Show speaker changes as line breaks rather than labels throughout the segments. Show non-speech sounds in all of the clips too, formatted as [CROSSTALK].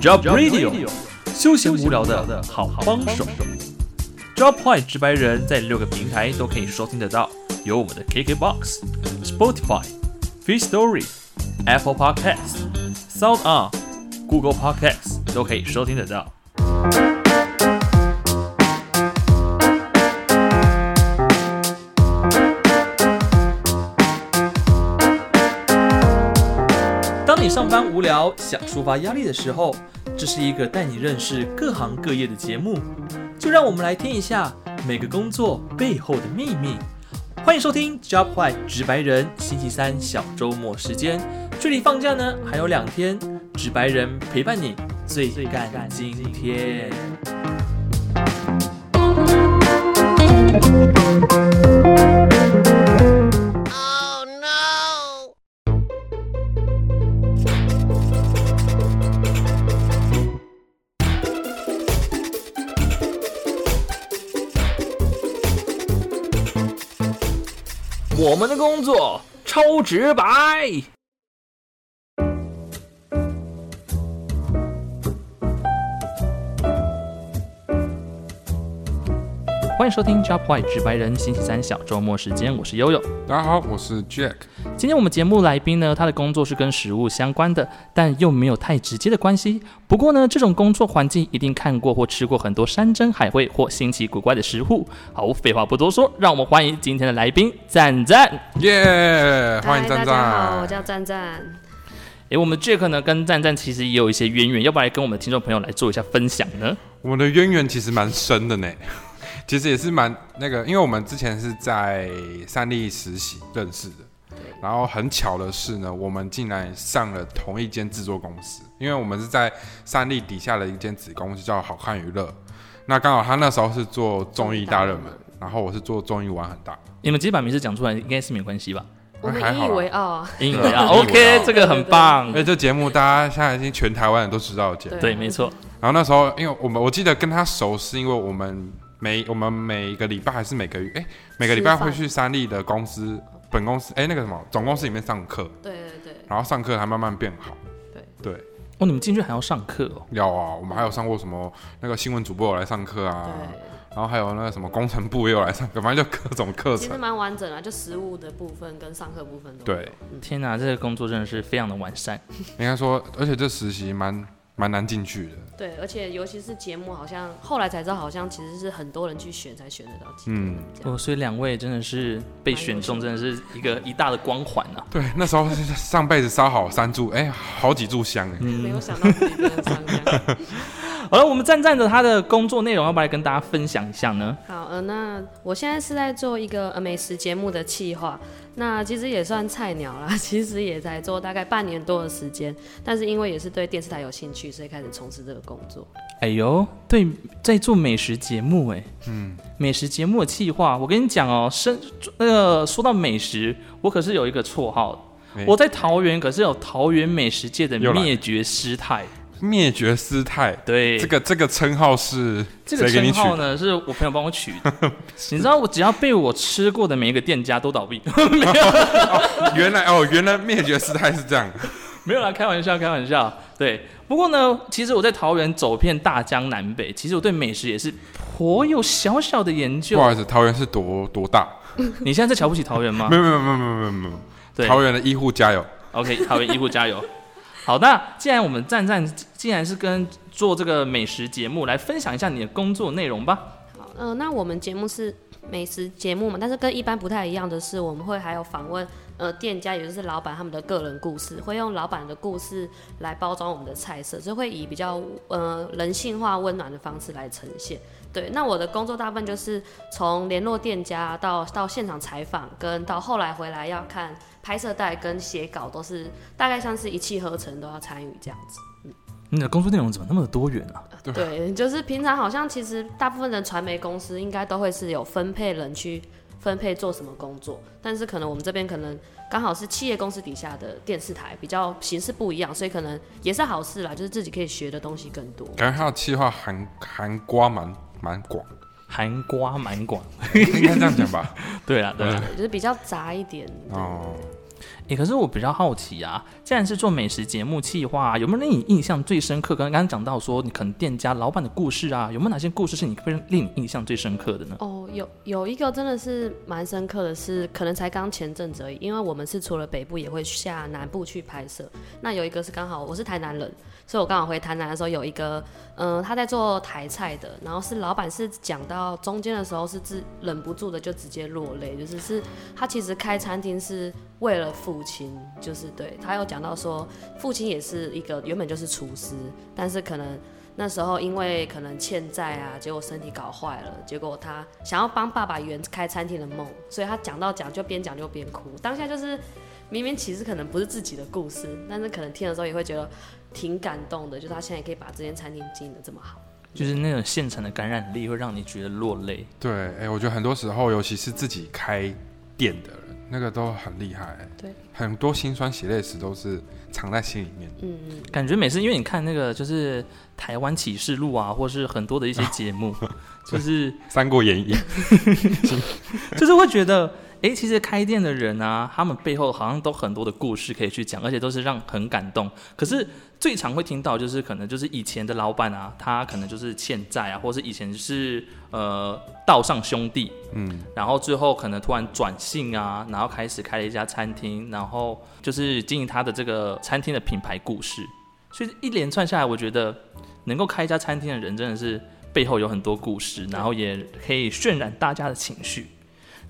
Job Radio，休闲无聊的好帮手。JobHoy 直白人在六个平台都可以收听得到，有我们的 KKBox、Spotify、f e e Story、Apple Podcasts、Sound On、Google Podcasts 都可以收听得到。
当你上班无聊、想抒发压力的时候，这是一个带你认识各行各业的节目。就让我们来听一下每个工作背后的秘密。欢迎收听 Job White 直白人星期三小周末时间，距离放假呢还有两天，直白人陪伴你最干今天。我们的工作超直白。欢迎收听 Job White 直白人星期三小周末时间，我是悠悠。
大家好，我是 Jack。
今天我们节目来宾呢，他的工作是跟食物相关的，但又没有太直接的关系。不过呢，这种工作环境一定看过或吃过很多山珍海味或新奇古怪的食物。好，废话不多说，让我们欢迎今天的来宾赞赞。
耶、欢迎
嗨
赞
大家好，
赞哎
我。叫赞赞。
诶，我们 Jack 呢跟赞赞其实也有一些渊源，要不然跟我们的听众朋友来做一下分享呢？
我们的渊源其实蛮深的呢， [LAUGHS] 其实也是蛮那个，因为我们之前是在三立实习认识的，然后很巧的是呢，我们竟然上了同一间制作公司，因为我们是在三立底下的一间子公司叫好看娱乐，那刚好他那时候是做综艺大热门，然后我是做综艺玩很大，
你们直接把名字讲出来，应该是没关系吧？
我
还好
们引以
啦
为哦傲，
因 [LAUGHS] 为啊
对对
，OK，
对
这个很棒
嗯
因。哎为这节目大家现在已经全台湾人都知道的节目。
对，没错，
然后那时候，因为我们我记得跟他熟，是因为我们每我们每一个礼拜还是每个月，哎、每个礼拜
吃饭
会去三立的公司本公司，哎、那个什么总公司里面上课，
对对对，
然后上课还慢慢变好。对，
哦，你们进去还要上课哦。
有啊，我们还有上过什么那个新闻主播有来上课啊，
对，
然后还有那个什么工程部也有来上课，反正就各种课
其实 [LAUGHS]
程。
蛮完整的，就食物的部分跟上课部分都有
对，
天哪，这个工作真的是非常的完善。
应该说，而且这实习蛮蛮难进去的。
对，而且尤其是节目，好像后来才知道，好像其实是很多人去选才选得到几个人
嗯
这样。
哦，所以两位真的是被选中，真的是一个一大的光环啊！
对，那时候是上辈子烧好三炷，哎、好几炷香哎、
[LAUGHS] 没有想到自己真的上这
[LAUGHS]
样。
好了，我们站站着他的工作内容，要不要来跟大家分享一下呢？
好，呃，那我现在是在做一个呃美食节目的企划，那其实也算菜鸟啦， [LAUGHS] 其实也才做大概半年多的时间，但是因为也是对电视台有兴趣，所以开始从事这个工作。
哎呦，对，在做美食节目、哎，嗯，美食节目的企划，我跟你讲哦，生那个说到美食，我可是有一个绰号，
哎
我在桃园可是有桃园美食界的
又来
灭绝师太。
灭绝师太。
对，
这个这个称号是
这个
谁给你
称
取
号
的？
呢，是我朋友帮我取的。
[LAUGHS]
你知道，我只要被我吃过的每一个店家都倒闭，没有
原来哦，原来灭绝师太是这样。
[LAUGHS] 没有啦，开玩笑，开玩笑。对，不过呢，其实我在桃园走遍大江南北，其实我对美食也是颇有小小的研究
不。好意思，桃园是多多大？
你现在在瞧不起桃园吗
没？有没有没有没有没有没有。
啊对
桃园的医护加油！
，OK，桃园医护加油。 [LAUGHS] 好，那既然我们赞赞，既然是跟做这个美食节目，来分享一下你的工作内容吧。
好，呃，那我们节目是美食节目嘛，但是跟一般不太一样的是，我们会还有访问呃店家，也就是老板他们的个人故事，会用老板的故事来包装我们的菜色，就会以比较呃人性化、温暖的方式来呈现。对，那我的工作大部分就是从联络店家到到现场采访，跟到后来回来要看拍摄带跟写稿，都是大概像是一气呵成都要参与这样子。
你的工作内容怎么那么多元啊？
对，就是平常好像其实大部分的传媒公司应该都会是有分配人去分配做什么工作，但是可能我们这边可能刚好是企业公司底下的电视台比较形式不一样，所以可能也是好事啦，就是自己可以学的东西更多。
感觉他的气划含含瓜蛮蛮广， [LAUGHS]
含瓜蛮广。
应该这样讲吧？
对啦，对啦。啊
对，就是比较杂一点。对
哦，
诶，可是我比较好奇啊，既然是做美食节目企划、啊，有没有令你印象最深刻？刚刚讲到说，你可能店家老板的故事啊，有没有哪些故事是你会令你印象最深刻的呢？
哦，有有一个真的是蛮深刻的是，可能才刚前阵子而已，因为我们是除了北部也会下南部去拍摄。那有一个是刚好我是台南人，所以我刚好回台南的时候有一个，嗯、他在做台菜的，然后是老板是讲到中间的时候是自忍不住的就直接落泪，就是是他其实开餐厅是为了父亲，就是对他有讲到说父亲也是一个原本就是厨师，但是可能那时候因为可能欠债啊，结果身体搞坏了，结果他想要帮爸爸圆开餐厅的梦，所以他讲到讲就边讲就边哭，当下就是明明其实可能不是自己的故事，但是可能听的时候也会觉得挺感动的，就是他现在也可以把这间餐厅经营的这么好。
就是那种现成的感染力会让你觉得落泪。
对，哎、我觉得很多时候，尤其是自己开店的人，那个都很厉害、
对，
很多辛酸血泪史都是藏在心里面的。
嗯，
感觉每次因为你看那个就是台湾启示录啊，或是很多的一些节目，就是
《三国
[LAUGHS]
演义》
就是会觉得，哎、其实开店的人啊，他们背后好像都很多的故事可以去讲，而且都是让很感动。可是最常会听到就是可能就是以前的老板啊，他可能就是欠债啊，或是以前是呃道上兄弟，
嗯，
然后最后可能突然转性啊，然后开始开了一家餐厅，然后就是经营他的这个餐厅的品牌故事。所以一连串下来，我觉得能够开一家餐厅的人真的是背后有很多故事，然后也可以渲染大家的情绪。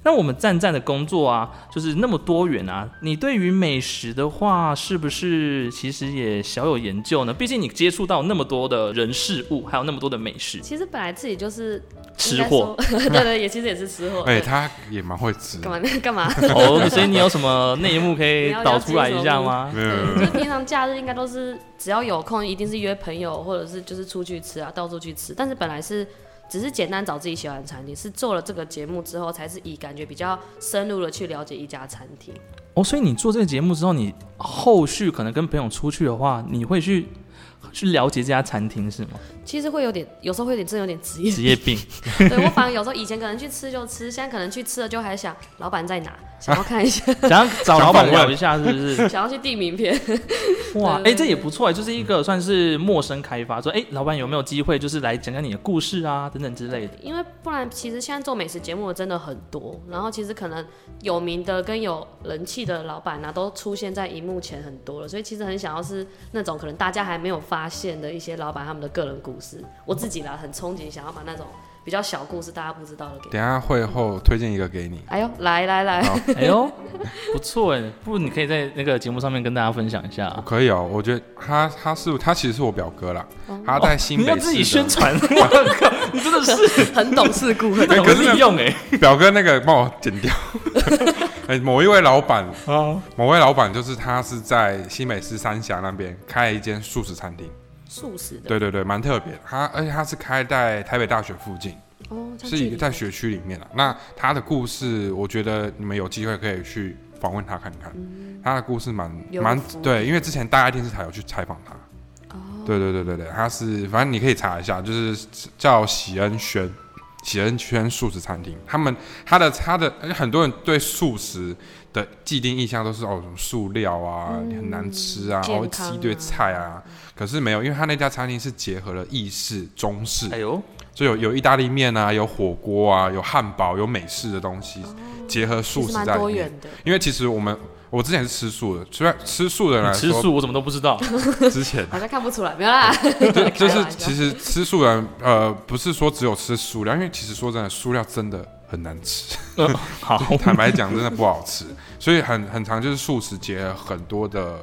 那我们赞赞的工作啊，就是那么多元啊。你对于美食的话，是不是其实也小有研究呢？毕竟你接触到那么多的人事物，还有那么多的美食
其实本来自己就是
吃货，
应该说 [LAUGHS] 对对，也其实也是吃货。
哎、
对
他也蛮会吃的
干。嘛呢？干嘛？
哦， [LAUGHS] 所以你有什么内幕可以
你要
导
了
出来
解
一
什
下
么
吗？
没有没有
对，嗯
没
就
有，
是平常假日应该都是只要有空，一定是约朋友或者是就是出去吃啊，到处去吃。但是本来是只是简单找自己喜欢的餐厅，是做了这个节目之后，才是以感觉比较深入的去了解一家餐厅。
哦，所以你做这个节目之后，你后续可能跟朋友出去的话，你会去去了解这家餐厅是吗？
其实会有点，有时候会有点真的有点职业。 [LAUGHS]
职业 [LAUGHS] 病，
对我反而有时候以前可能去吃就吃，现在可能去吃了就还想老板在哪，想要看一下，
想要找老板
想访
聊
问
一下，是不是？
想要去递名片。
哇，哎、
对对
这也不错哎，就是一个算是陌生开发，说哎、老板有没有机会，就是来讲讲你的故事啊，等等之类 [LAUGHS] 的。
因为不然，其实现在做美食节目的真的很多，然后其实可能有名的跟有人气的老板呢、都出现在荧幕前很多了，所以其实很想要是那种可能大家还没有发现的一些老板他们的个人故事。我自己啦，很憧憬想要把那种比较小故事大家不知道的给。
等一下会后推荐一个给你。
哎呦，来来来，
好，
哎呦，不错哎，不如你可以在那个节目上面跟大家分享一下、
我可以哦。我觉得他他是他其实是我表哥啦，他在新
哦你
北
要
市
自己
的
宣传，我靠， [LAUGHS] 你真的是
很懂事故，
很
可是
会利用哎。
表哥那个帮我剪掉。 [LAUGHS] 哎、某一位老板，
啊，
某位老板就是他是在新北市三峡那边开了一间素食餐厅。
素食的
对对对，蛮特别的。他而且他是开在台北大学附近， [LAUGHS]
哦，这
是
样距
一个
离
在
哦
学区里面啊。那他的故事，我觉得你们有机会可以去访问他看看。他的故事蛮
嗯有
蛮
福哦
对，因为之前大爱电视台有去采访他。对对对对对，他是反正你可以查一下，就是叫喜恩轩，喜恩轩素食餐厅。他们他的他的很多人对素食的既定印象都是哦什么塑料啊，你很难吃啊，然
嗯健
后
康
吃一堆
啊
菜啊。可是没有，因为他那家餐厅是结合了意式、中式，
哎呦，
就有有意大利面啊，有火锅啊，有汉堡，有美式的东西，结合素
哦其实
食
蛮
在
多
里面
元。的，
因为其实我们我之前是吃素的，虽然吃素的人来
你吃
说，
素我怎啊么都不知道。
之前
好像看不出来，没有啦，
[LAUGHS] 就就
开
是
玩笑
其实吃素人呃不是说只有吃塑料，因为其实说真的，塑料真的很难吃， [LAUGHS]
呃好，
坦白讲真的不好吃，所以很 [LAUGHS] 很常就是素食结合很多的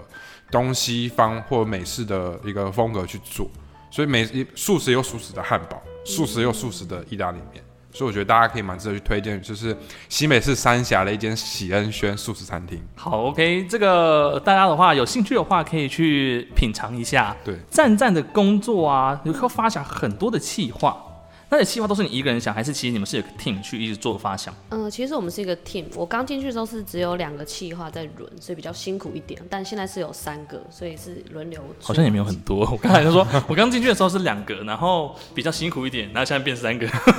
东西方或美式的一个风格去做，所以美素食有素食的汉堡，
嗯
素食有素食的意大利面。所以我觉得大家可以蛮值得去推荐，就是新北市三峡的一间喜恩轩素食餐厅。
好，OK，这个大家的话有兴趣的话，可以去品尝一下。
对，
赞赞的工作啊，你会发想很多的企划。那你企划都是你一个人想，还是其实你们是有个 team 去一直做发想？
嗯，其实我们是一个 team。我刚进去的时候是只有两个企划在轮，所以比较辛苦一点。但现在是有三个，所以是轮流。
好像也没有很。多。我刚才就说， [LAUGHS] 我刚进去的时候是两个，然后比较辛苦一点，然后现在变 [LAUGHS] 三个，好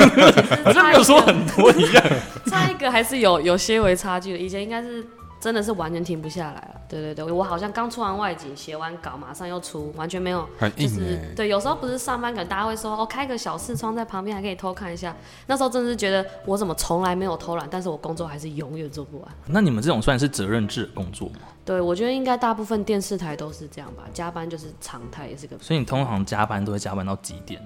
好
像没有说很多一样。
差一个还是有有些微差距的。以前应该是真的是完全停不下来了。对对对，我好像刚出完外景，写完稿马上又出，完全没有
很
就
硬
是
欸
哎、
对，有时候不是上班，可能大家会说哦，开个小视窗在旁边还可以偷看一下。那时候真的是觉得我怎么从来没有偷懒，但是我工作还是永远做不完。
那你们这种算是责任制的工作吗？
对，我觉得应该大部分电视台都是这样吧，加班就是常态，也是个。
所以你通常加班都会加班到几点？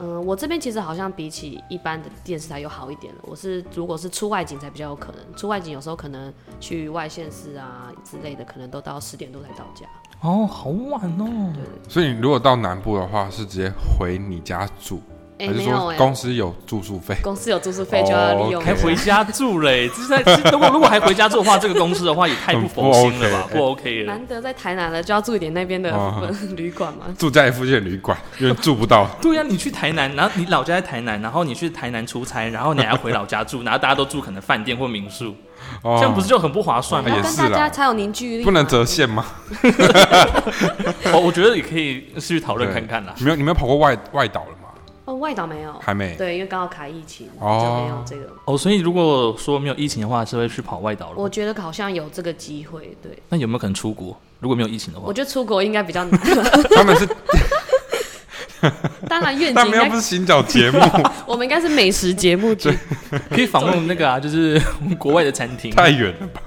嗯、我这边其实好像比起一般的电视台又好一点了。我是如果是出外景才比较有可能，出外景有时候可能去外县市啊之类的，可能都到十点多才到家。
哦，好晚哦。
所以你如果到南部的话，是直接回你家住，
哎、
还是
没有
说
哎、
公哦司有住宿费？ [LAUGHS]
公司有住宿费就要利用一下。
还回家住嘞，这是在这如果如果还回家住的话，这个公司的话也太不佛心了吧，
很
不
不
OK 了。
难得在台南了，就要住一点那边的
哦
[LAUGHS] 旅馆嘛。
住在附近的旅馆，因为住不到。
对呀、你去台南，然后你老家在台南，然后你去台南出差，然后你还要回老家住，然后大家都住可能饭店或民宿，
哦
[LAUGHS] 这样不是就很不划算
哎
吗
要？
也
跟
是
大家
啦
才有凝聚力嘛。
哦不能折现吗？哦
我我觉得也可以去讨论看看啦。
你没有，你没有跑过外外岛了吗？
哦，外岛没有。
还没。
对，因为刚好卡疫情，就
哦
没有这个。
哦，所以如果说没有疫情的话，是会去跑外岛
我
了。
觉得好像有这个机会，对。
那有没有可能出国？如果没有疫情的话
[LAUGHS]
我，觉得出国应该比较难，
他
[LAUGHS]
们是，
当然愿
他
景应
们又不
该
是行脚节
[LAUGHS]
目，
我们应该是美食节目组，
可以访问那个啊，就是国外的餐厅。啊
太远
[LAUGHS]
了吧？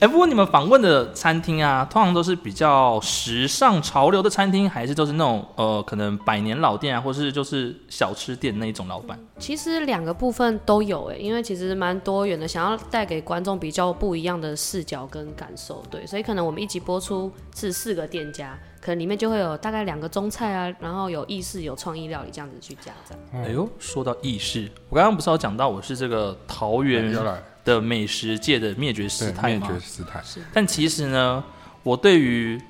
哎、不过你们访问的餐厅啊，通常都是比较时尚潮流的餐厅，还是都是那种呃，可能百年老店啊，或是就是小吃店那一种老板？
其实两个部分都有诶、因为其实蛮多元的，想要带给观众比较不一样的视角跟感受，对，所以可能我们一集播出是四个店家，可能里面就会有大概两个中菜啊，然后有意式、有创意料理这样子去加这样。
嗯
哎呦，说到意式，我刚刚不是有讲到我是这个桃园
要来，
的美食界的灭绝师
哎对，
太
灭
吗
绝？师太。
但其实呢，我对于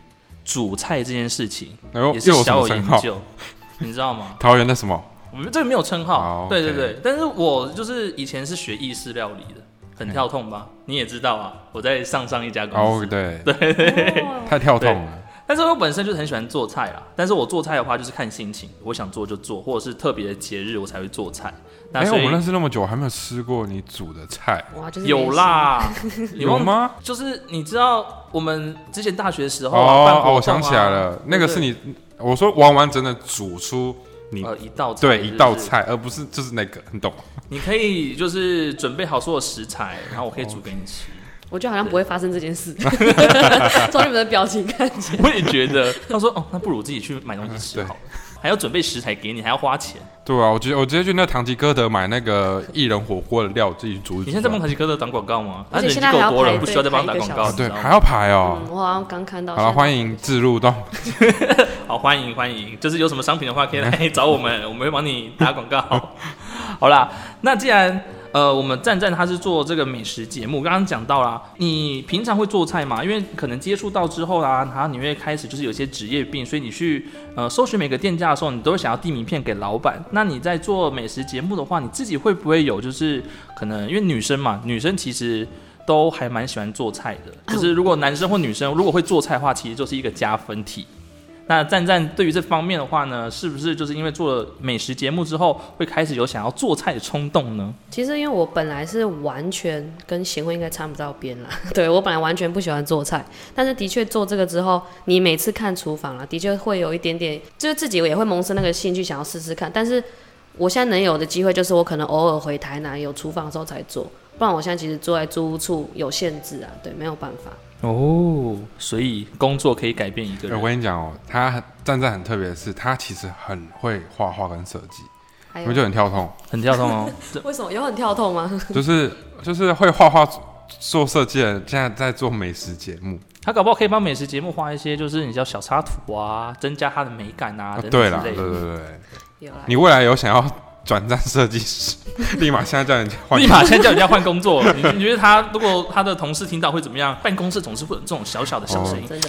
煮菜这件事情
然后
也
哦又
是
有什
小
么
有
称
研
号？
究， [LAUGHS] 你知道吗？
桃园的什么？
我们这个没有称号
好，
对对
OK
对，但是我就是以前是学意式料理的，很跳痛
哎
吧？你也知道啊，我在上上一家公
哦，
司， [LAUGHS]
对，
哦
太跳动了。
但是我本身就很喜欢做菜啦。但是我做菜的话就是看心情，我想做就做，或者是特别的节日我才会做菜。那
哎，我
所以
们认识那么久，我还没有吃过你煮的菜，
哇，就是美
有
食，
啦，你
[LAUGHS] 有
忘？
吗？
就是你知道我们之前大学的时候啊办活动
哦
啊
哦，我想起来了，那个是你，我说完完整整煮出你
呃一道菜
对
是
一
不
道
是
菜，而不是就是那个，你懂吗？
你可以就是准备好所有食材，然后我可以煮给你
[LAUGHS]
吃。
我觉得好像不会发生这件事，从你们的表情看起来。
我也觉
[LAUGHS]
得，他说哦，那不如自己去买东西吃好了，还要准备食材给你，还要花钱。
对啊，我直接我直接去那堂吉诃德买那个薏仁火锅的料，自己煮一煮。啊
你现在帮卡奇哥的打广告吗？他
而且
人已
现
经
在
够
还要
多了，
排
不
队
需要再帮他
排
打
一个
广
小
告，
啊，
时
对，
你知道
还
吗
要排哦
嗯。，我好像刚看到。
好了，欢迎自入洞。
好欢迎欢迎，就是有什么商品的话可以来 [LAUGHS] 找我们，我们会帮你打广告。好啦，那既然呃，我们赞赞他是做这个美食节目，刚刚讲到啦，你平常会做菜嘛？因为可能接触到之后啦，然后你会开始就是有些职业病，所以你去呃搜寻每个店家的时候，你都会想要递名片给老板。那你在做美食节目的话，你自己会不会有就是可能因为女生嘛，女生其实。都还蛮喜欢做菜的，就是如果男生或女生如果会做菜的话，其实就是一个加分题。那赞赞对于这方面的话呢，是不是就是因为做了美食节目之后，会开始有想要做菜的冲动呢？
其实因为我本来是完全跟贤惠应该掺不到边啦， [LAUGHS] 对我本来完全不喜欢做菜，但是的确做这个之后，你每次看厨房啦，的确会有一点点，就是自己也会萌生那个兴趣，想要试试看。但是我现在能有的机会，就是我可能偶尔回台南有厨房的时候才做，不然我现在其实住在租屋处有限制啊，对，没有办法。
哦，所以工作可以改变一个
哎我
人。
跟你讲哦，他很站在很特别的是，他其实很会画画跟设计，
还
哎
你
有
们就很跳
[LAUGHS]
通，
很跳动哦，这
为什么有很跳痛吗？ [LAUGHS]
就是就是会画画做设计的人，现在在做美食节目。
他搞不好可以帮美食节目画一些，就是你叫小插图啊，增加它的美感啊，
啊
等等
对啦，
之
对
类
对
的。
对对，
有啦，
你未来有想要转战设计
[LAUGHS]
师，立马现在叫人家换
立。马现在叫人家换工作，你你觉得他如果他的同事听到会怎么样？办公室总是会有这种小小的小声音，
真的。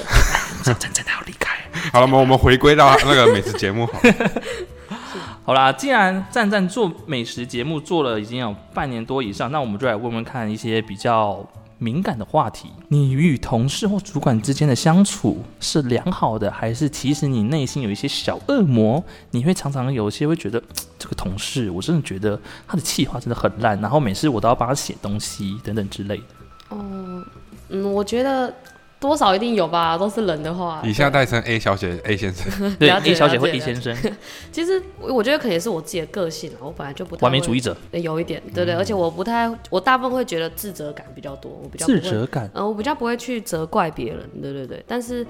赞赞他要离开。
好了，我们我们回归到那个美食节目好了，
好啦，既然赞赞做美食节目做了已经有半年多以上，那我们就来问问看一些比较敏感的话题。你与同事或主管之间的相处是良好的，还是其实你内心有一些小恶魔？你会常常有些会觉得嘖这个同事，我真的觉得 [LAUGHS] 他的气话真的很烂，然后每次我都要帮他写东西等等之类的。
哦，嗯，我觉得多少一定有吧，都是人的话。
以下代称 A 小姐、A
[LAUGHS]
先生，
对
了解
，A 小姐或
了
A
解
先生，
[LAUGHS] 其实我我觉得可能也是我自己的个性啊，我本来就不太
完美主
义，
义者，嗯
对有一点，对对，而且我不太，我大部分会觉得自责感比较多，我比较不
自
会
责感。
呃，我比较不会去责怪别人，对对对。但是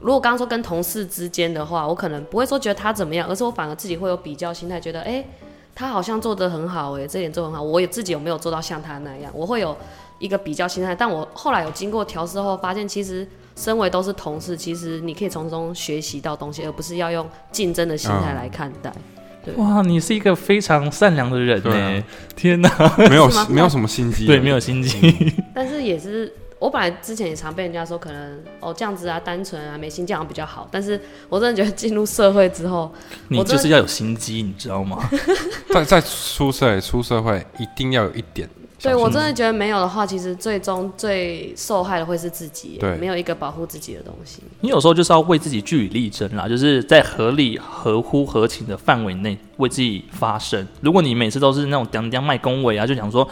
如果刚刚说跟同事之间的话，我可能不会说觉得他怎么样，而是我反而自己会有比较心态，觉得哎、诶他好像做得很好、诶哎，这点做得很好，我也自己有没有做到像他那样，我会有一个比较心态。但我后来有经过调试后，发现其实。身为都是同事，其实你可以从中学习到东西，而不是要用竞争的心态
嗯
来看待。对
哇，你是一个非常善良的人
对
呢
啊！
天哪，
没有
是吗
没有什么心机，
对，没有心机，
但是也是，我本来之前也常被人家说，可能哦这样子啊，单纯啊，没心这样比较好。但是我真的觉得进入社会之后，
你就是要有心机，你知道吗？ [LAUGHS]
在在出社会出社会一定要有一点小心
对
机，
我真的觉得没有的话，其实最终最受害的会是自己耶，
对
没有一个保护自己的东西。
你有时候就是要为自己据理力争啦，就是在合理、合乎合情的范围内为自己发声。如果你每次都是那种当当卖恭维啊，就想说，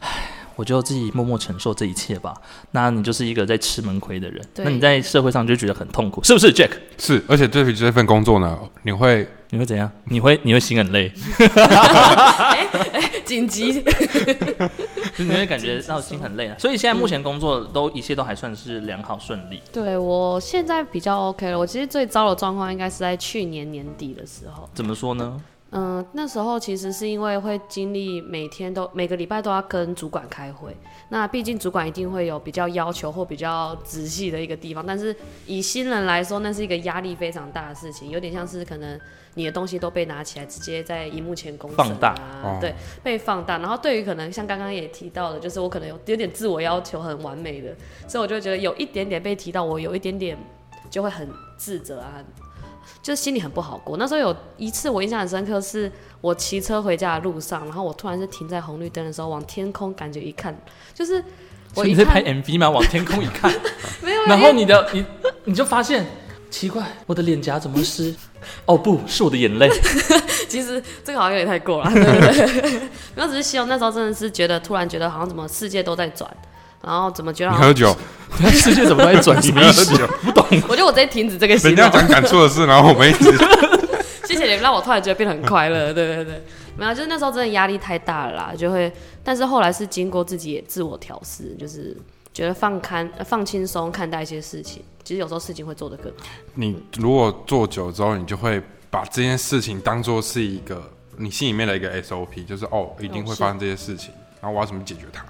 唉，我就自己默默承受这一切吧，那你就是一个在吃闷亏的人。
对
那你在社会上就觉得很痛苦，是不是，Jack？
是，而且对于这份工作呢，你会
你会怎样？你会你会心很累，
紧急，
就 [LAUGHS] 你会感觉到心很累啊。所以现在目前工作都一切都还算是良好顺利。
对我现在比较 OK 了。我其实最糟的状况应该是在去年年底的时候。
怎么说呢？
嗯，那时候其实是因为会经历每天都每个礼拜都要跟主管开会，那毕竟主管一定会有比较要求或比较仔细的一个地方，但是以新人来说，那是一个压力非常大的事情，有点像是可能你的东西都被拿起来直接在荧幕前公审、啊、
放大
哦
对，被放大。然后对于可能像刚刚也提到的，就是我可能有有点自我要求很完美的，所以我就觉得有一点点被提到，我有一点点就会很自责啊，很就是心里很不好过。那时候有一次我印象很深刻，是我骑车回家的路上，然后我突然是停在红绿灯的时候，往天空感觉一看，就是我
所以
一
你在
看
拍 MV 吗？往天空一看，
没 [LAUGHS] 有，
[LAUGHS]
啊
然
因
后
为
你的你你就发现奇怪，我的脸颊怎么湿？ [LAUGHS] 哦不，是我的眼泪。
其实这个好像有点太过了，对对对。 [LAUGHS] 然后只是希望那时候真的是觉得突然觉得好像怎么世界都在转，然后怎么觉得
你
好
喝
像
哦
酒，
[LAUGHS] 世界怎么在转？什啊么意思？不懂。
我觉得我直接停止这个行
人家
动。
讲感触的事，然后我们一直
[LAUGHS]
谢谢你们让我突然觉得变得很快乐， [LAUGHS] 对对对，没有，啊就是那时候真的压力太大了啦，就会，但是后来是经过自己也自我调试，就是觉得放看呃放轻松看待一些事情，其实有时候事情会做得更好，
你如果做久之后，你就会把这件事情当做是一个你心里面的一个 SOP，就是哦，一定会发生这些事情，然后我要怎么解决它？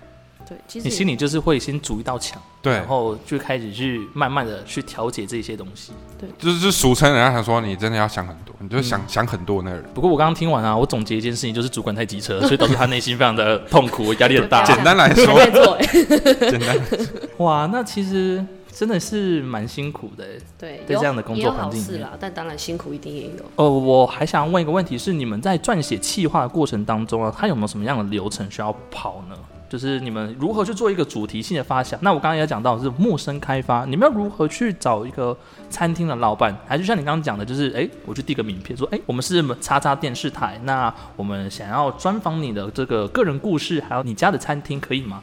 对，其
[LAUGHS] 你
实
心
也
里就是会先筑一道墙，
对
然，后就开始去慢慢的去调节这些东西。
就是就是俗称人家想说你真的要想很多，你就想、想很多那个人。
不过我刚刚听完嗯啊，我总结一件事情，就是主管太机车， [LAUGHS] 所以导致他内心非常的痛苦，压力很大 [LAUGHS]
对。
简单来
还在
说，
做、欸，
简单
哇，那其实真的是蛮辛苦的欸。
对，
在
有
这样的工
也
作
有
环
好
境里
事
面
啦，但当然辛苦一定也有。
哦，我还想问一个问题，是你们在撰写企划的过程当中啊，它有没有什么样的流程需要跑呢？就是你们如何去做一个主题性的发想？那我刚刚也讲到是陌生开发，你们要如何去找一个餐厅的老板？还是像你刚刚讲的，就是哎，我去递个名片，说哎，我们是叉叉电视台，那我们想要专访你的这个个人故事，还有你家的餐厅，可以吗？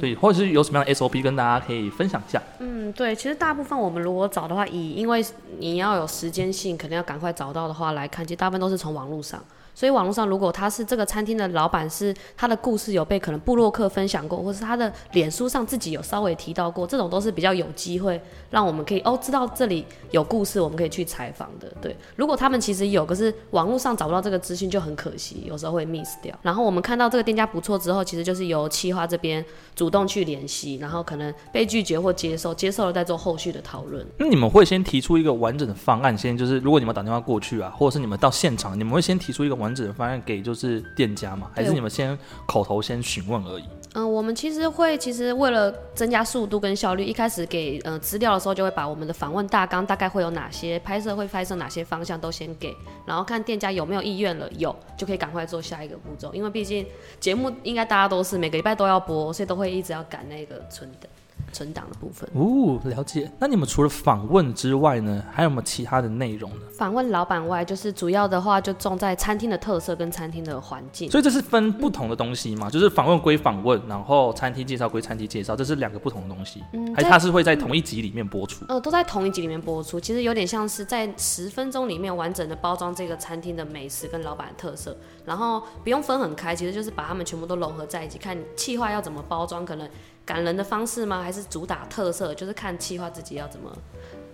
对，或者是有什么样的 SOP 跟大家可以分享一下？
嗯，对，其实大部分我们如果找的话，以因为你要有时间性，可能要赶快找到的话来看，其实大部分都是从网络上。所以网络上，如果他是这个餐厅的老板，是他的故事有被可能布洛克分享过，或是他的脸书上自己有稍微提到过，这种都是比较有机会让我们可以哦知道这里有故事，我们可以去采访的。对，如果他们其实有，可是网络上找不到这个资讯就很可惜，有时候会 miss 掉。然后我们看到这个店家不错之后，其实就是由企划这边主动去联系，然后可能被拒绝或接受，接受了再做后续的讨论。
那你们会先提出一个完整的方案，先就是如果你们打电话过去啊，或者是你们到现场，你们会先提出一个完整的方案给就是店家吗？还
对
是你们先口头先询问而已？
嗯，我们其实会，其实为了增加速度跟效率，一开始给呃资料的时候，就会把我们的访问大纲大概会有哪些拍摄会拍摄哪些方向都先给，然后看店家有没有意愿了，有就可以赶快做下一个步骤，因为毕竟节目应该大家都是每个礼拜都要播，所以都会一直要赶那个存档。存档的部分。
哦，了解。那你们除了访问之外呢，还有没有其他的内容呢？
访问老板外，就是主要的话就重在餐厅的特色跟餐厅的环境。
所以这是分不同的东西嘛，就是访问归访问，然后餐厅介绍归餐厅介绍，这是两个不同的东西，
嗯，
还是
在
它是会在同一集里面播出？
呃，都在同一集里面播出，其实有点像是在十分钟里面完整的包装这个餐厅的美食跟老板的特色，然后不用分很开，其实就是把它们全部都融合在一起，看你企划要怎么包装，可能感人的方式吗？还是主打特色？就是看企划自己要怎么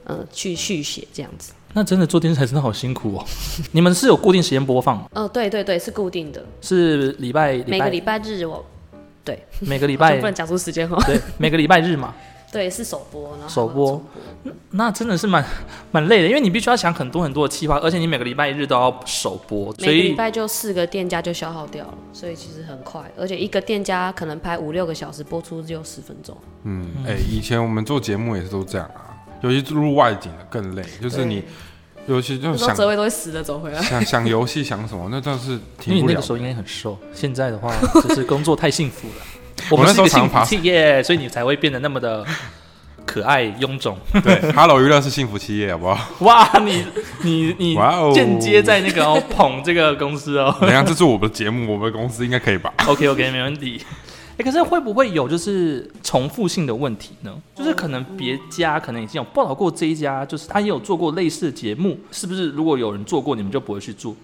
呃去续写这样子。
那真的做电视台真的好辛苦哦。你们是有固定时间播放吗？
呃，对对对，是固定的，
是礼拜礼
每个
拜
礼拜日我
每个礼 [LAUGHS]
好像
拜
不能讲出时间哦，
对每个礼拜日嘛？
[LAUGHS] 对，是首播，然后
首播
主
那真的是蛮蛮累的，因为你必须要想很多很多的计划，而且你每个礼拜日都要首播，所
每个礼
以
拜就四个店家就消耗掉了，所以其实很快，而且一个店家可能拍五六个小时，播出只有十分钟。
嗯，哎、以前我们做节目也是都这样啊，尤其是录外景的更累，就是你，尤其就
那
是
时候
想
泽伟都会死的走回来。
想想游戏想什么，那倒是
因为
停
你
不
那
了
个时。候应该很
[LAUGHS]
瘦，现在的话就是工作太幸福了。我们
我那
是一
时候
个幸
常
福
爬
[LAUGHS] 企业，所以你才会变得那么
[LAUGHS]
的可爱臃肿。
对，Hello 娱乐是幸福企业，好不好？
哇，你你你
哇哦
间接在那个哦捧这个公司哦。
怎样？这是我们的节目，我们公司应该可以吧？
OK OK，没问 [LAUGHS] 题。哎、可是会不会有就是重复性的问题呢？就是可能别家可能已经有报道过这一家，就是他也有做过类似的节目，是不是？如果有人做过，你们就不会去做？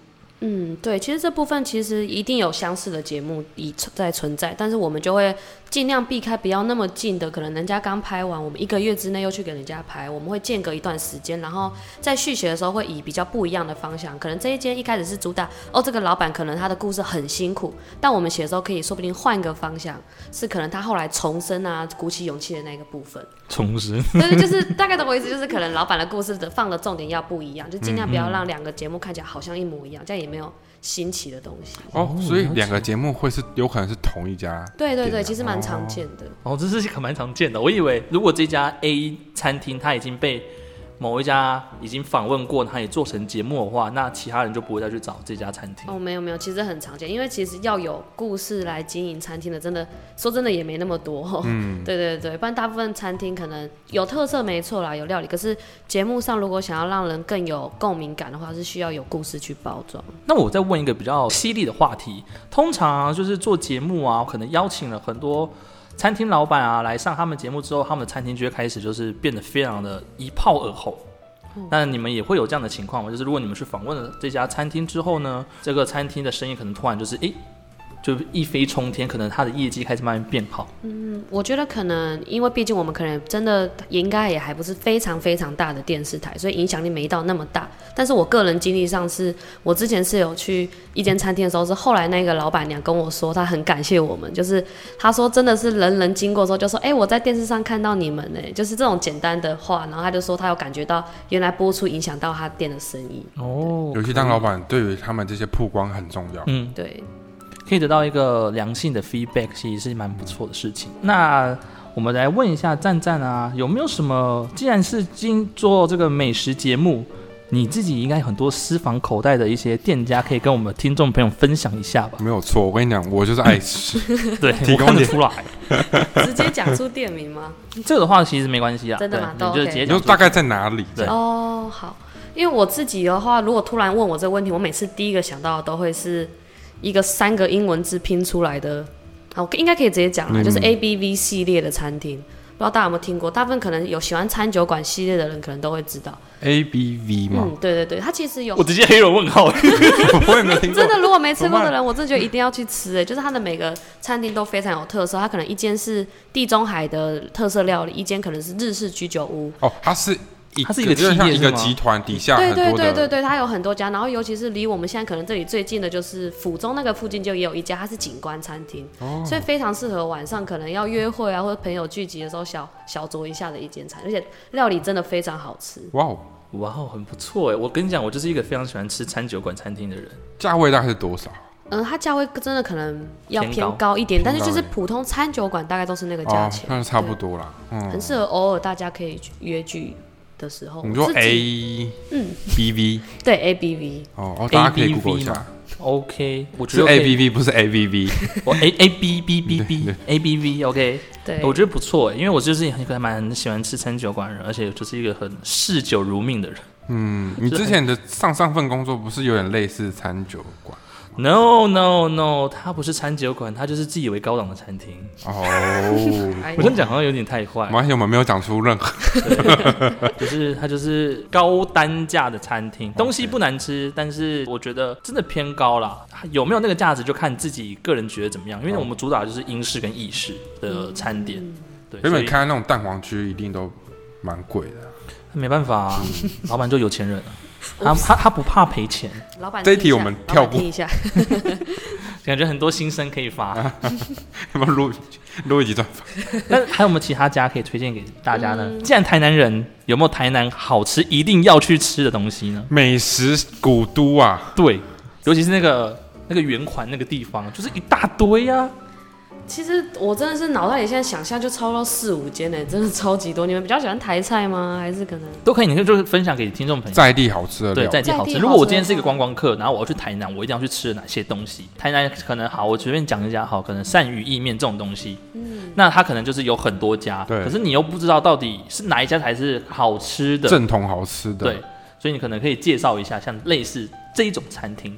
嗯，对，其实这部分其实一定有相似的节目已存在存在，但是我们就会尽量避开不要那么近的，可能人家刚拍完，我们一个月之内又去给人家拍，我们会间隔一段时间，然后在续写的时候会以比较不一样的方向，可能这一间一开始是主打哦，这个老板可能他的故事很辛苦，但我们写的时候可以说不定换一个方向，是可能他后来重生啊，鼓起勇气的那个部分。
重生。
对，就是大概懂我意思，就是可能老板的故事的放的重点要不一样，就尽量不要让两个节目看起来好像一模一样，这样也没有新奇的东西。
哦，所以两个节目会是有可能是同一家。
对对
对
对，
啊
其实蛮常见的。
[LAUGHS] 哦，这是可蛮常见的。我以为如果这家 A 餐厅它已经被某一家已经访问过，它也做成节目的话，那其他人就不会再去找这家餐厅。
哦，没有没有，其实很常见，因为其实要有故事来经营餐厅的，真的说真的也没那么多、 [LAUGHS] 嗯，对对对，不然大部分餐厅可能有特色没错啦，有料理，可是节目上如果想要让人更有共鸣感的话，是需要有故事去包装。
那我再问一个比较犀利的话题，通常啊、就是做节目啊，可能邀请了很多餐厅老板啊来上他们节目之后，他们的餐厅就会开始就是变得非常的一炮而红。那你们也会有这样的情况吗？就是如果你们去访问了这家餐厅之后呢，这个餐厅的生意可能突然就是诶，就一飞冲天，可能它的业绩开始慢慢变好。
我觉得可能，因为毕竟我们可能真的也应该也还不是非常非常大的电视台，所以影响力没到那么大。但是我个人经历上是，我之前是有去一间餐厅的时候，是后来那个老板娘跟我说，她很感谢我们，就是她说真的是人人经过的时候就说，哎、我在电视上看到你们呢、就是这种简单的话，然后她就说她有感觉到原来播出影响到她店的生意，
哦
尤其当老板，对于他们这些曝光很重要。
嗯，
对。
可以得到一个良性的 feedback，其实是蛮不错的事情。那我们来问一下赞赞啊，有没有什么？既然是经做这个美食节目，你自己应该有很多私房口袋的一些店家，可以跟我们听众朋友分享一下吧？
没有错，我跟你讲，我就是
[LAUGHS]
爱吃。
对，
提
我
供
看得
点
出来。
[LAUGHS]
[LAUGHS]
直接讲出店名吗？
这个的话其实没关系啊，
真的吗
对你
都
就
OK
直接
你
讲
就
出
大概在哪里？
对
哦，好，因为我自己的话，如果突然问我这个问题，我每次第一个想到的都会是一个三个英文字拼出来的，啊，我应该可以直接讲了，就是 A B V 系列的餐厅。不知道大家有没有听过，大部分可能有喜欢餐酒馆系列的人可能都会知道。
A B V 嘛，
嗯，对对对，它其实有
我直接黑人问 [LAUGHS] 号。
嗯
我也没有听过
真。的，如果没吃过的人，我真的觉得一定要去吃、欸。哎，就是它的每个餐厅都非常有特色，它可能一间是地中海的特色料理，一间可能是日式居酒屋，
哦，它是一
它是一个
就
企
像
业
一
是
个
吗
集团底下
对
很
对
多
对对
的。
对，它有很多家，然后尤其是离我们现在可能这里最近的就是府中那个附近就也有一家，它是景观餐厅，
哦
所以非常适合晚上可能要约会啊或者朋友聚集的时候小小酌一下的一间餐，而且料理真的非常好吃。
哇哦，
哇哦，很不错哎！我跟你讲，我就是一个非常喜欢吃餐酒馆餐厅的人。
价位大概是多少？
嗯，它价位真的可能要
偏
偏
高
高一点，但是
偏
就
高
是
一点
普通餐酒馆大概都是那个价
哦，
钱，
那就差不
对，
多啦。嗯，
很适合偶尔大家可以去约聚的时候，
你说
我自
A
己嗯
B V
对 A B V
哦哦，大家可以
ABV
Google 一下
嘛，OK，我觉
是
得
A B V 不是 A B V，
我 A A B B B B A B V OK，
对，
我觉得不错，欸因为我就是很还蛮喜欢吃餐酒馆的人，而且就是一个很嗜酒如命的人。
[LAUGHS] 嗯，你之前的上上份工作不是有点类似餐酒馆
No No No，它不是餐酒馆，它就是自以为高档的餐厅。
[LAUGHS] 哦？
哎
我这样讲好像有点太坏
没，关系，我们没有讲出任何
就是它就是高单价的餐厅，东西不难吃，但是我觉得真的偏高啦。有没有那个价值就看自己个人觉得怎么样，因为我们主打就是英式跟意式的
嗯
餐点。对，
原
所以
本看到那种蛋黄区一定都蛮贵的。啊
没办法、
[LAUGHS]
啊，老板就有钱人啊，他他他不怕赔钱，
老板
这一
听
题
下
我们
老板
跳过
听一下，
感觉很多新生可以发。
[LAUGHS] 要不要录录一集专访？
[LAUGHS]
那还有没有其他家可以推荐给大家呢？
嗯
既然台南人，有没有台南好吃一定要去吃的东西呢？
美食古都啊，
对，尤其是那个那个圆环那个地方，就是一大堆啊呀、
其实我真的是脑袋里现在想象就超到四五间呢，真的超级多。你们比较喜欢台菜吗？还是可能
都可以，你可以就是分享给听众朋友。
在哦地好吃的
对，
料。
在地好
在地
吃。
好吃
如果我今天是一个观光客，然后我要去台南，我一定要去吃哪些东西？台南可能好，我随便讲一下好，可能鳝鱼意面这种东西，嗯，那它可能就是有很多家，
对
可是你又不知道到底是哪一家才是好吃的，
正统好吃的，
对，所以你可能可以介绍一下，像类似这一种餐厅，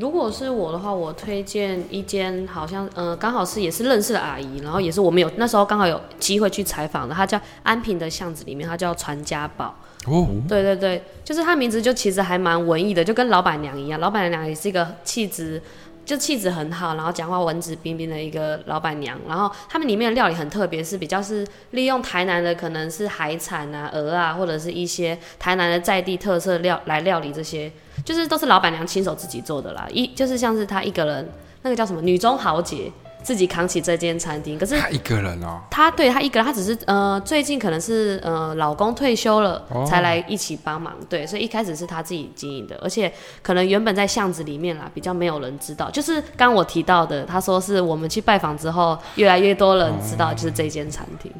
如果是我的话，我推荐一间好像呃，刚好是也是认识的阿姨，然后也是我们有那时候刚好有机会去采访的，她叫安平的巷子里面，她叫传家宝。
哦，
对对对，就是她名字就其实还蛮文艺的，就跟老板娘一样，老板娘也是一个气质。就气质很好，然后讲话文质彬彬的一个老板娘，然后他们里面的料理很特别，是比较是利用台南的可能是海产啊、鹅啊，或者是一些台南的在地特色料来料理这些，就是都是老板娘亲手自己做的啦。一就是像是她一个人，那个叫什么女中豪杰自己扛起这间餐厅，可是
他一个人哦，
她对她一个人，她只是呃最近可能是呃老公退休了、
哦
才来一起帮忙，对，所以一开始是她自己经营的，而且可能原本在巷子里面啦，比较没有人知道。就是刚我提到的，她说是我们去拜访之后，越来越多人知道就是这间餐厅，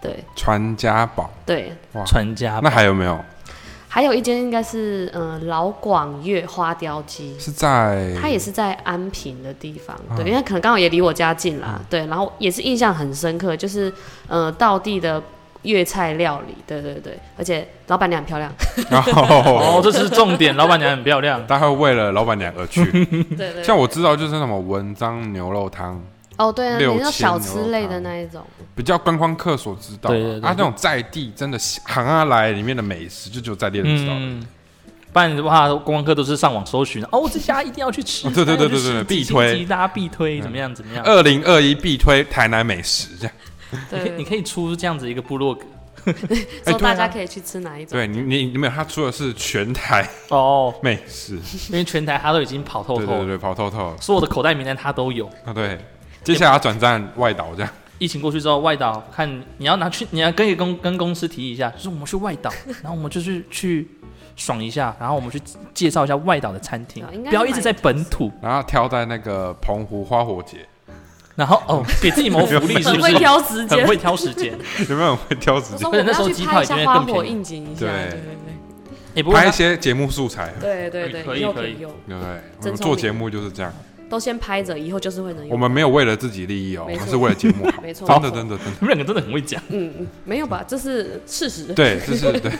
对
传家宝。
对。
哇
传家
那还有没有？
还有一间应该是嗯、呃老广粤花雕鸡，
是在
它也
[LAUGHS]
是在安平的地方，对，因为可能刚好也离我家近啦，对，然后也是印象很深刻，就是呃，道地的粤菜料理，对对对，而且老板娘很漂亮，
然
哦，
后
这是重点，老板娘很漂亮，
大家会为了老板娘
[LAUGHS]
而去。
对对对
像我知道就是那种文章牛肉汤，
哦，对啊，
六
你说
千
小
牛
吃
肉
类的
汤
那一种，
比较观光客所知道啊。
对对对
啊，那种在地真的行啊来里面的美食，就只有在地人知道。
嗯。不然的话，观光客都是上网搜寻哦，这家一定要去吃。
哦对对对对对
这家要去吃
必
几星
推嗯
级大家必推，怎么样怎么样？
二零二一必推台南美食，这样。
[LAUGHS] 你可以你
对，
可以出这样子一个部落格
哎
说
对啊
大家可以去吃哪一种，
对你你你没有，他出的是全台
哦，
美食，
因为全台他都已经跑透
对
透，
对对，对跑透透了
所有的口袋名单他都有。
啊，对。接下来要转战外岛，这样
疫情过去之后，外岛看你要拿去，你要跟公跟公司提一下，就是我们去外 [LAUGHS] 岛，然后我们就是去爽一下，然后我们去介绍一下外岛的餐厅
对应，该
不要一直在本土，
然后挑在那个澎湖花火节， [LAUGHS]
然后哦给自己谋福利，是
很
不
会
是？
挑时间
很， [LAUGHS] 会挑时
[LAUGHS]
间，
有没有人会挑时间
我说我
可是
们
那时
要
候
去
机
拍
票
一
已经
下
会
花
更
火
便宜
应景一下，
对
对
也不过
拍
他
一些节目素材，
对对对
可
对，
以
又
可
可
以
以用，
对不对？我
真
们做
聪明
节目就是这样，
都先拍着，以后就是会能
我
用，
们没有为了自己利益哦，我
没错
们是为了节目好，
没错
真的真
没错
的真的，
你们两个真的很会讲。
嗯，嗯没有吧，这是事实，
对，这是对，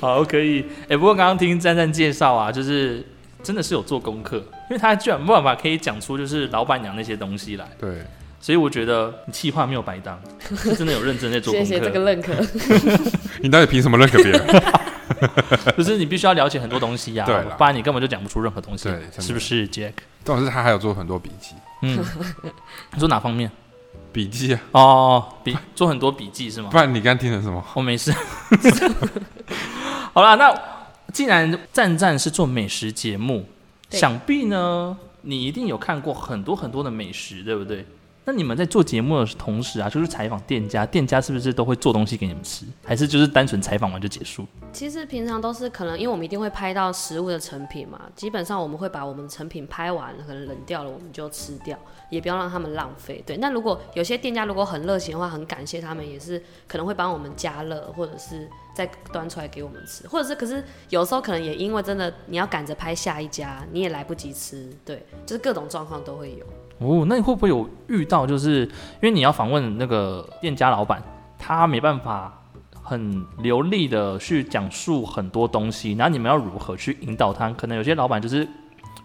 好，可以。哎、不过刚刚听赞赞介绍啊，就是真的是有做功课，因为他居然没办法可以讲出就是老板娘那些东西来，
对，
所以我觉得你气话没有白当，是真的有认真在做功
[LAUGHS] 谢
课。
谢这个认可，
你到底凭什么认可别人？ [LAUGHS]
就是你必须要了解很多东西呀、啊
对啦
不然你根本就讲不出任何东西
对真，的
是不是，Jack？
这种事他还有做很多笔记，
[LAUGHS]
嗯，你说哪方面？
笔记啊，
哦，笔做很多笔记是吗
不？然你刚听成什么？
我、没事。 [LAUGHS] 好啦，那既然赞赞是做美食节目，
对
想必呢你一定有看过很多很多的美食，对不对？那你们在做节目的同时啊，就是采访店家，店家是不是都会做东西给你们吃，还是就是单纯采访完就结束？
其实平常都是可能，因为我们一定会拍到食物的成品嘛，基本上我们会把我们的成品拍完，可能冷掉了我们就吃掉，也不要让他们浪费。对，那如果有些店家如果很热情的话，很感谢他们，也是可能会帮我们加热，或者是再端出来给我们吃，或者是可是有时候可能也因为真的你要赶着拍下一家，你也来不及吃，对，就是各种状况都会有。
哦，那你会不会有遇到，就是因为你要访问那个店家老板，他没办法很流利的去讲述很多东西，然后你们要如何去引导他？可能有些老板就是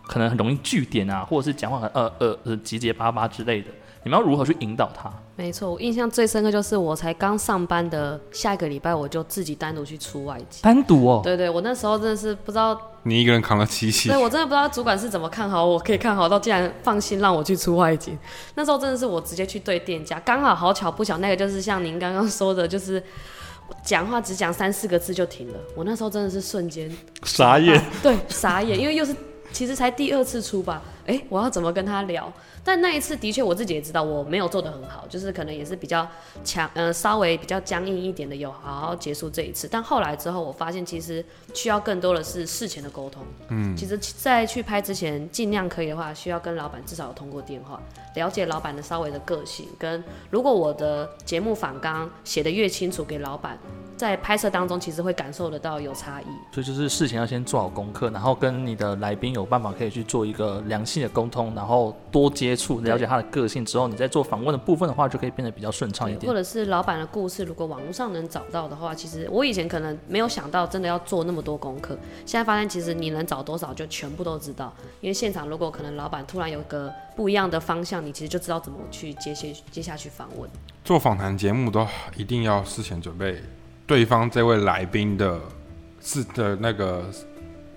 可能很容易据点啊，或者是讲话很呃呃呃结结巴巴之类的，你们要如何去引导他？
没错，我印象最深刻就是我才刚上班的下一个礼拜，我就自己单独去出外景。
单独哦，
对对，我那时候真的是不知道
你一个人扛了七期
对，我真的不知道主管是怎么看好我，可以看好到竟然放心让我去出外景。那时候真的是我直接去对店家，刚好好巧不巧，那个就是像您刚刚说的，就是讲话只讲三四个字就停了。我那时候真的是瞬间
傻眼
啊，对，傻眼，因为又是其实才第二次出吧，哎、我要怎么跟他聊？但那一次的确我自己也知道我没有做得很好，就是可能也是比较强，呃，稍微比较僵硬一点的，有好好结束这一次。但后来之后，我发现其实需要更多的是事前的沟通。嗯，其实，在去拍之前，尽量可以的话，需要跟老板至少有通过电话，了解老板的稍微的个性。跟如果我的节目反纲写的越清楚，给老板在拍摄当中其实会感受得到有差异。
所以就是事前要先做好功课，然后跟你的来宾有办法可以去做一个良性的沟通，然后多接触了解他的个性之后，你在做访问的部分的话，就可以变得比较顺畅一
对
点
或。者是老板的故事，如果网络上能找到的话，其实我以前可能没有想到真的要做那么多功课，现在发现其实你能找多少就全部都知道，因为现场如果可能老板突然有个不一样的方向，你其实就知道怎么去接些接下去访问。
做访谈节目都一定要事前准备对方这位来宾的是的那个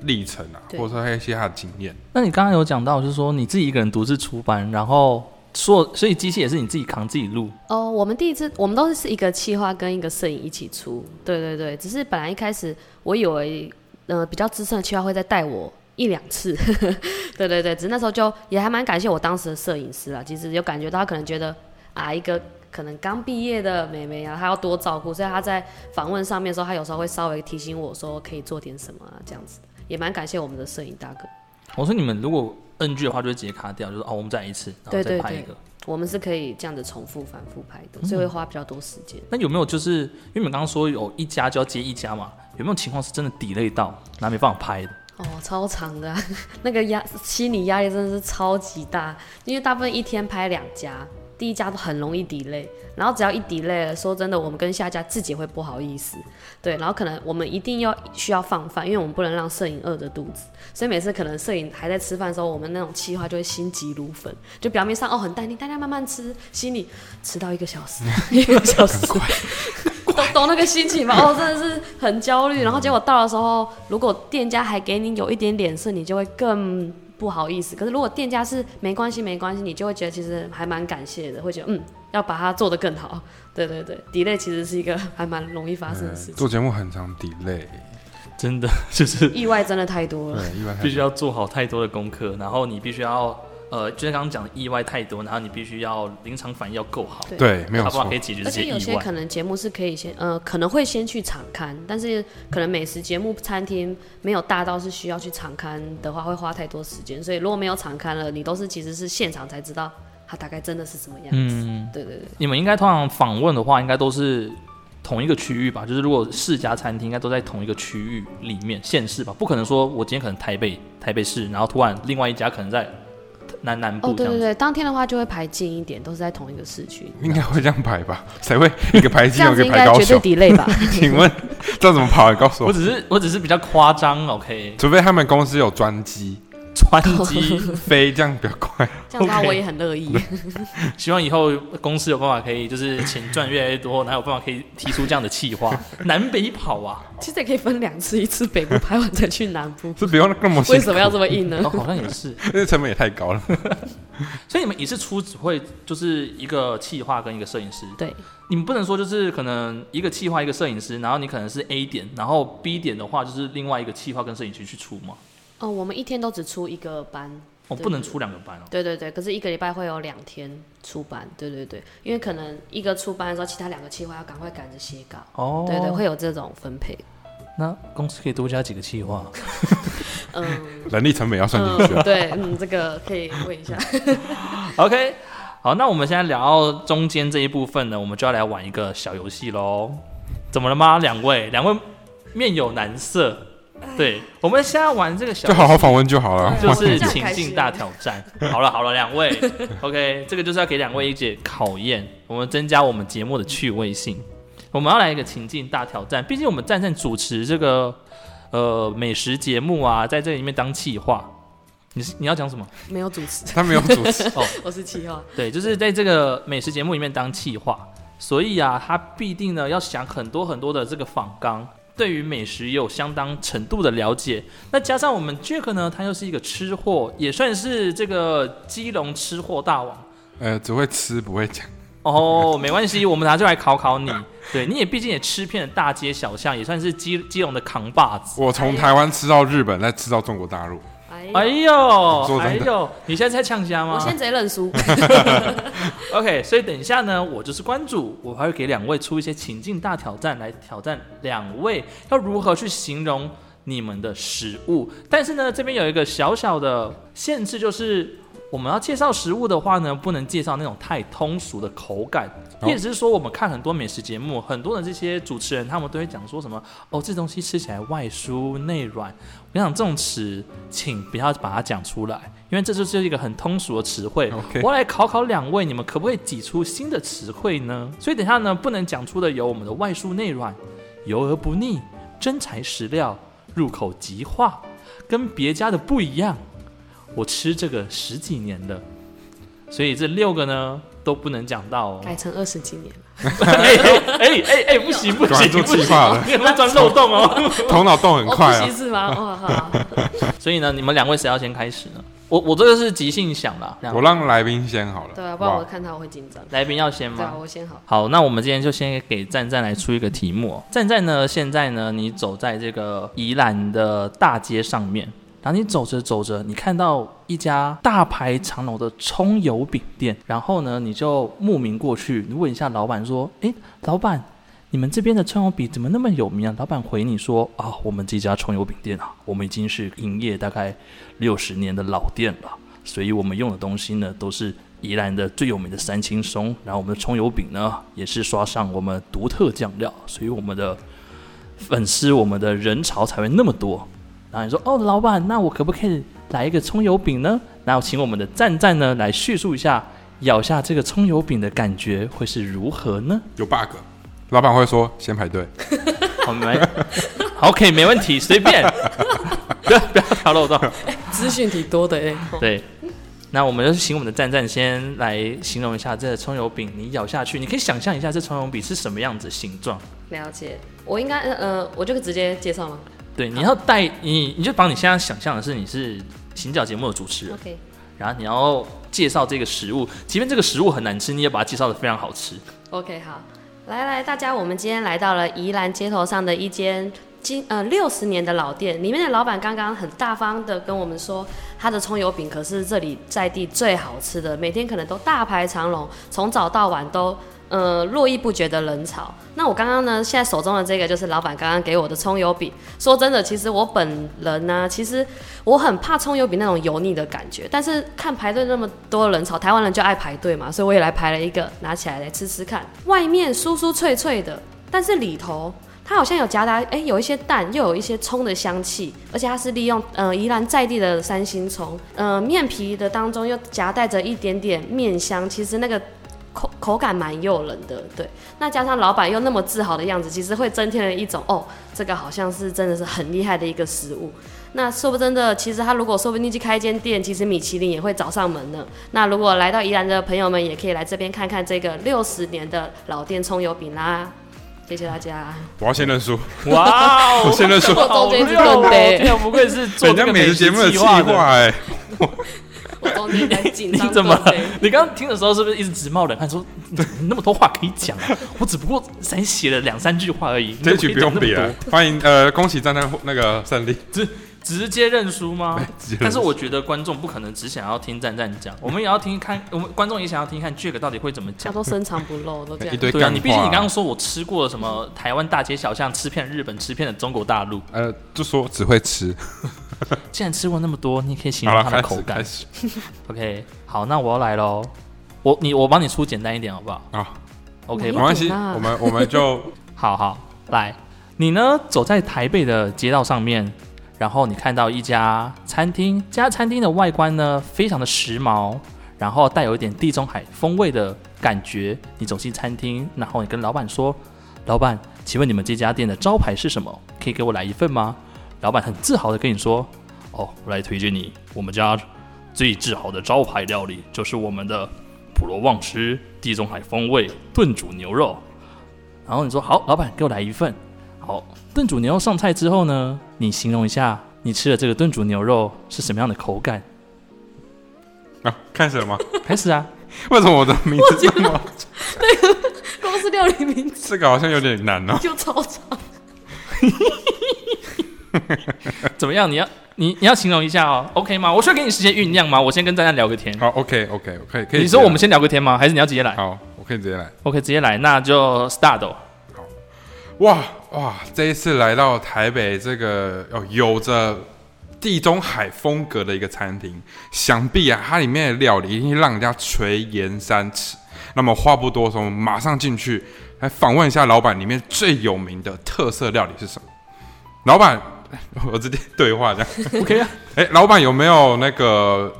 历程啊，
对
或者说一些他的经验。
那你刚刚有讲到，就是说你自己一个人独自出版，然后所有所以机器也是你自己扛自己录，
哦，我们第一次，我们都是一个企划跟一个摄影一起出，对对对，只是本来一开始我以为，呃，比较资深的企划会再带我一两次， [LAUGHS] 对对对，只是那时候就也还蛮感谢我当时的摄影师啊，其实有感觉到他可能觉得啊，一个可能刚毕业的妹妹啊，她要多照顾，所以她在访问上面的时候，她有时候会稍微提醒我说可以做点什么啊，这样子，也蛮感谢我们的摄影大哥，
我说你们如果 NG 的话，就会直接卡掉，就是哦，我们再来一次，然后
对
再
对
拍一个。
对我们是可以这样子重复反复拍的，所以会花比较多时间。
那有没有就是因为你们刚刚说有一家就要接一家嘛？有没有情况是真的 delay 到，然后没办法拍的？
哦，超长的啊、 [LAUGHS] 那个压心理压力真的是超级大，因为大部分一天拍两家，第一家都很容易 delay，然后只要一 delay 了，说真的，我们跟下家自己会不好意思，对，然后可能我们一定要需要放饭，因为我们不能让摄影饿着肚子，所以每次可能摄影还在吃饭的时候，我们那种气话就会心急如焚，就表面上哦很淡定，大家慢慢吃，心里迟到一个小时， [LAUGHS] 一个小时，懂懂那个心情吗？哦，真的是很焦虑。然后结果到的时候，如果店家还给你有一点脸色，你就会更不好意思。可是如果店家是没关系没关系，你就会觉得其实还蛮感谢的，会觉得嗯要把它做得更好。对对对，delay 其实是一个还蛮容易发生的事情，
做节目很常 delay，
真的 [LAUGHS] 就是
意外真的太多了。
对，一般
必须要做好太多的功课，然后你必须要呃，就像刚刚讲的意外太多，然后你必须要临场反应要够好，
对
对，没有
好不好
错
可以。解决这
而且有
意
些
外
可。能节目是可以先呃，可能会先去场刊，但是可能美食节目餐厅没有大到是需要去场刊的话，会花太多时间。所以如果没有场刊了，你都是其实是现场才知道它大概真的是什么样子。
嗯，
对对对，
你们应该通常访问的话，应该都是同一个区域吧？就是如果四家餐厅，应该都在同一个区域里面县市吧？不可能说我今天可能台北台北市，然后突然另外一家可能在南南部
哦
这
对
样
对
子。
对，当天的话就会排近一点，都是在同一个市
[LAUGHS]
区，
应该会这样排吧？谁会一个排
[LAUGHS] 这
金，
样
一
子
个
应
排
该
高
绝
雄？
对
[LAUGHS]
delay 吧？
请
[LAUGHS]
问这样怎么跑？啊你告诉
我
我，
只是我只是比较夸张，OK？
除非他们公司有专
[LAUGHS]
机
穿
哦
机，
飞，这样比较快。，
这样的话
OK
我也很乐意。
希望以后公司有办法可以就是钱赚越来越多，哪有办法可以提出这样的企
[LAUGHS]
划？南北跑啊！
[LAUGHS] 其实也可以分两次，一次北部拍完再去南部
是不用那么 [LAUGHS] 辛
为
苦
什，么要这么硬呢？
哦，好像也是。
因为成本也太
[LAUGHS]
高了。
所以你们一次出只会就是一个企划跟一个摄影师，
对，
你们不能说就是可能一个企划一个摄影师，然后你可能是 A 点，然后 B 点的话就是另外一个企划跟摄影师去出嘛。
哦，我们一天都只出一个班，
哦，不能出两个班哦。
对对对，可是一个礼拜会有两天出班，对对对，因为可能一个出班的时候，其他两个企划要赶快赶着写稿，
哦
对对，会有这种分配。
那公司可以多加几个企
[LAUGHS]
划。
[LAUGHS]
嗯
人力成本要算进去
嗯，
啊。
对，嗯，这个可以问一下。 [LAUGHS]
OK，好，那我们现在聊到中间这一部分呢，我们就要来玩一个小游戏喽。怎么了吗？两位，两位面有难色。对，我们现在玩这个小游
就
戏
好好访问就好了。
对
就
啊
是
这样
情
开
境
始
大挑战。好了好了，两位，OK，这个就是要给两位一些考验，我们增加我们节目的趣味性。我们要来一个情境大挑战，毕竟我们战胜主持这个呃美食节目啊，在这里面当企划。你是你要讲什么？
没有主持， [LAUGHS]
他没有主持， [LAUGHS]
我是七号。
对，就是在这个美食节目里面当企划，所以啊，他必定呢要想很多很多的这个访纲，对于美食也有相当程度的了解。那加上我们 Jack 呢，他又是一个吃货，也算是这个基隆吃货大王。
呃，只会吃不会讲。
哦，没关系，我们拿就来考考你。对，你也毕竟也吃遍了大街小巷，也算是基基隆的扛把子。
我从台湾吃到日本，再吃到中国
[LAUGHS]
大陆。
哎
哎
呀，
呦，
说
哎
真的
呦，你现在在呛虾吗？
我现在直接认输。
OK，所以等一下呢，我就是关注，我还会给两位出一些情境大挑战，来挑战两位要如何去形容你们的食物。但是呢，这边有一个小小的限制，就是我们要介绍食物的话呢，不能介绍那种太通俗的口感。
哦
也只是说，我们看很多美食节目，很多的这些主持人他们都会讲说什么哦，这东西吃起来外酥内软。我想这种词，请不要把它讲出来，因为这就是一个很通俗的词汇。
OK
我来考考两位，你们可不可以挤出新的词汇呢？所以等一下呢，不能讲出的有我们的外酥内软、油而不腻、真材实料、入口即化，跟别家的不一样。我吃这个十几年了，所以这六个呢都不能讲到哦。
改成二十几年了，
[LAUGHS] 哎哎哎哎，不行不
突然
行，
做
不
计
行，
划了，
你们钻漏洞
[LAUGHS]
哦。
头脑动很
我
快
哦不
啊
惜。是吗？哇，好，
所以呢，你们两位谁要先开始呢？我我这个是即兴想啦，两
我让来宾先好了。
对啊，不然我
哇
看他我会紧张。
来宾要先
对啊，
吗？
我先好。
好，那我们今天就先给赞赞来出一个题目、哦。赞赞呢，现在呢，你走在这个宜兰的大街上面，然后你走着走着，你看到一家大排长龙的葱油饼店，然后呢，你就慕名过去，你问一下老板说：“诶，老板，你们这边的葱油饼怎么那么有名啊？”老板回你说：“啊，我们这家葱油饼店啊，我们已经是营业大概六十年的老店了，所以我们用的东西呢都是宜兰的最有名的三青松，然后我们的葱油饼呢也是刷上我们独特酱料，所以我们的粉丝、我们的人潮才会那么多。然后你说哦，老板，那我可不可以来一个葱油饼呢？然后请我们的赞赞呢来叙述一下咬下这个葱油饼的感觉会是如何呢？
有 bug，老板会说先排队。
好没 [LAUGHS] ，OK，没问题，随便， [LAUGHS] 不要不要挑漏洞。
资讯挺多的哎。
[LAUGHS] 对，那我们就请我们的赞赞先来形容一下这葱油饼，你咬下去，你可以想象一下这葱油饼是什么样子形状。
[LAUGHS] 了解，我应该呃，我就直接介绍吗
对，你要带你，你就把你现在想象的是你是行脚节目的主持人，
？OK，
然后你要介绍这个食物，即便这个食物很难吃，你也把它介绍的非常好吃。
OK，好，来来，大家，我们今天来到了宜兰街头上的一间今呃六十年的老店，里面的老板刚刚很大方的跟我们说，他的葱油饼可是这里在地最好吃的，每天可能都大排长龙，从早到晚都。呃，络绎不绝的人潮。那我刚刚呢，现在手中的这个就是老板刚刚给我的葱油饼。说真的，其实我本人呢、其实我很怕葱油饼那种油腻的感觉，但是看排队那么多人潮，台湾人就爱排队嘛，所以我也来排了一个，拿起来来吃吃看。外面酥酥脆脆的，但是里头它好像有夹杂，哎、有一些蛋，又有一些葱的香气，而且它是利用呃宜兰在地的三星葱，呃面皮的当中又夹带着一点点面香，其实那个。口口感蛮诱人的，对。那加上老板又那么自豪的样子，其实会增添了一种哦，这个好像是真的是很厉害的一个食物。那说不真的，其实他如果说不定去开一间店，其实米其林也会找上门呢。那如果来到宜兰的朋友们，也可以来这边看看这个六十年的老店葱油饼啦。谢谢大家。
我要先认
[LAUGHS]
输，
哇哦，[LAUGHS]
我先认输
这么好
中间一直
料哦
断杯
天啊不愧是做
人
这
家
个
美
美
食节目的
计
计
划的。
划哎，
我中间在
[LAUGHS]
紧
你
张
怎么
断杯？
你刚刚听的时候是不是一直直冒冷汗？说你怎么那么多话可以讲啊？我只不过才写了两三句话而已。
这一局不用比啊
了
[LAUGHS]
了。。欢迎呃，恭喜赞赞那个胜利。
直接认输吗？
直接认
[LAUGHS]
输
但是我觉得观众不可能只想要听赞赞讲，我们也要听看，我们观众也想要听看 Jack 到底会怎么
他
讲。
都深藏不露，都这样
[LAUGHS] 一。堆
对啊，
干
你毕竟你
话
刚刚说我吃过了什么台湾大街小巷，吃遍了日本，吃遍了中国大陆，
呃，就说只会吃，
既然吃过那么多，你也可以形
好
容
了，
它的
开
口
始
感
开。始
OK，好，那我要来喽。我你我帮你出简单一点好不好
啊，
？OK，
没
没
吧
有
关系，
啦
我们我
[LAUGHS]
们就
好好来。你呢走在台北的街道上面，然后你看到一家餐厅，这家餐厅的外观呢非常的时髦，然后带有一点地中海风味的感觉。你走进餐厅，然后你跟老板说：“老板，请问你们这家店的招牌是什么？可以给我来一份吗？”老板很自豪的跟你说：“哦，我来推荐你，我们家最自豪的招牌料理就是我们的普罗旺斯地中海风味炖煮牛肉。”然后你说好，老板给我来一份。好，炖煮牛肉上菜之后呢，你形容一下你吃的这个炖煮牛肉是什么样的口感？
啊，开始了
[LAUGHS]
吗？
开始
[LAUGHS]
啊，
为什么我的名字这么
公司料理名字
这个好像有点难哦？
就超长，
怎么样？你要你你要形容一下哦，OK 吗？我需要给你时间酝酿吗？我先跟赞赞聊个天。
好，OK OK，可以可以。啊
你说我们先聊个天吗？还是你要直接来
好，我可以直接来。
？OK，直接来，那就 start 哦。
哇哇！这一次来到台北这个哦，有着地中海风格的一个餐厅，想必啊，它里面的料理一定让人家垂涎三尺。那么话不多说，我们马上进去来访问一下老板里面最有名的特色料理是什么？老板， [LAUGHS] 我直接对话这样。
OK 啊，
哎，老板有没有那个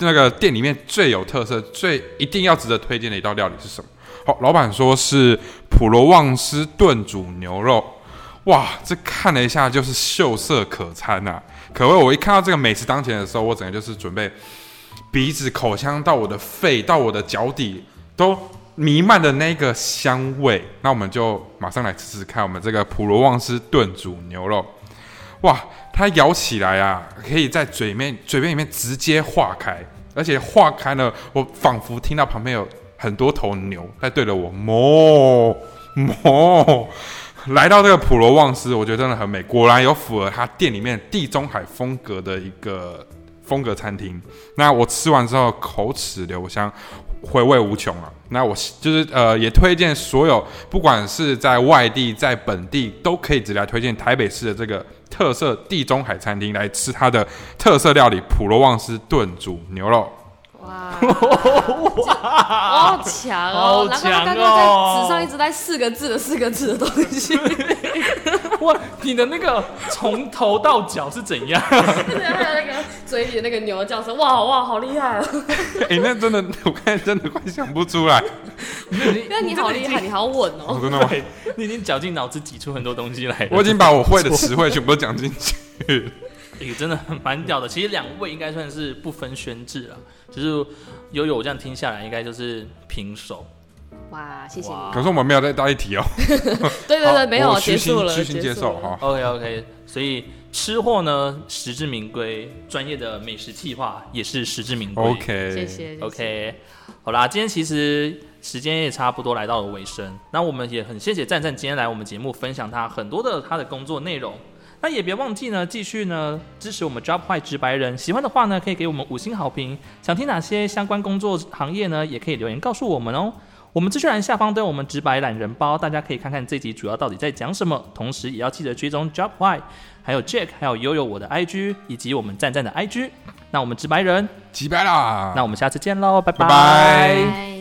那个店里面最有特色、最一定要值得推荐的一道料理是什么？好，老板说是普罗旺斯炖煮牛肉。哇，这看了一下就是秀色可餐呐、可谓我一看到这个美食当前的时候，我整个就是准备鼻子、口腔到我的肺到我的脚底都弥漫的那个香味。那我们就马上来试试看我们这个普罗旺斯炖煮牛肉。哇，它咬起来啊，可以在嘴面嘴边里面直接化开，而且化开呢，我仿佛听到旁边有很多头牛在对着我哞哞。来到这个普罗旺斯，我觉得真的很美，果然有符合它店里面地中海风格的一个风格餐厅。那我吃完之后口齿留香，回味无穷啊。那我就是呃，也推荐所有不管是在外地、在本地，都可以直接来推荐台北市的这个特色地中海餐厅来吃它的特色料理普罗旺斯炖煮牛
[LAUGHS]
肉。
[LAUGHS]
哇，好强
好
哦！难怪他
强
刚
哦
刚在纸上一直在四个字的四个字的东 [LAUGHS] 西，
[LAUGHS] 哇，你的那个从头到脚是怎样？ [LAUGHS]
对，还有那个嘴里的那个牛叫声，哇哇，好厉害 [LAUGHS] 哦！
哎、那真的， [LAUGHS] 我看真的快想不出来。
那你好厉害，你好稳
哦
哦！
真的吗？
对，你已经绞尽脑汁挤出很多东西来了。
我已经把我会的词汇全部都讲进
[LAUGHS]
去了。
也真的蛮屌的。其实两位应该算是不分轩制了，就是悠悠我这样听下来，应该就是平手。
哇，谢谢
哇
你。
可是我们没有再搭一题哦。
对对对，没有
我虚
结
心
束了，
虚心接受
了
哈。
OK OK，所以吃货呢实至名归，专业的美食计划也是实至名归。
OK，
嗯谢谢。谢谢
OK，好啦，今天其实时间也差不多来到了尾声，那我们也很谢谢赞赞今天来我们节目分享他很多的他的工作内容。那也别忘记呢，继续呢支持我们 Job 坏直白人。喜欢的话呢，可以给我们五星好评。想听哪些相关工作行业呢，也可以留言告诉我们哦。我们资讯栏下方都有我们直白懒人包，大家可以看看这集主要到底在讲什么。同时也要记得追踪 Job 坏，还有 Jack，还有悠悠我的 IG，以及我们赞赞的 IG。那我们直白人，
几百啦。
那我们下次见喽，拜
拜拜
拜。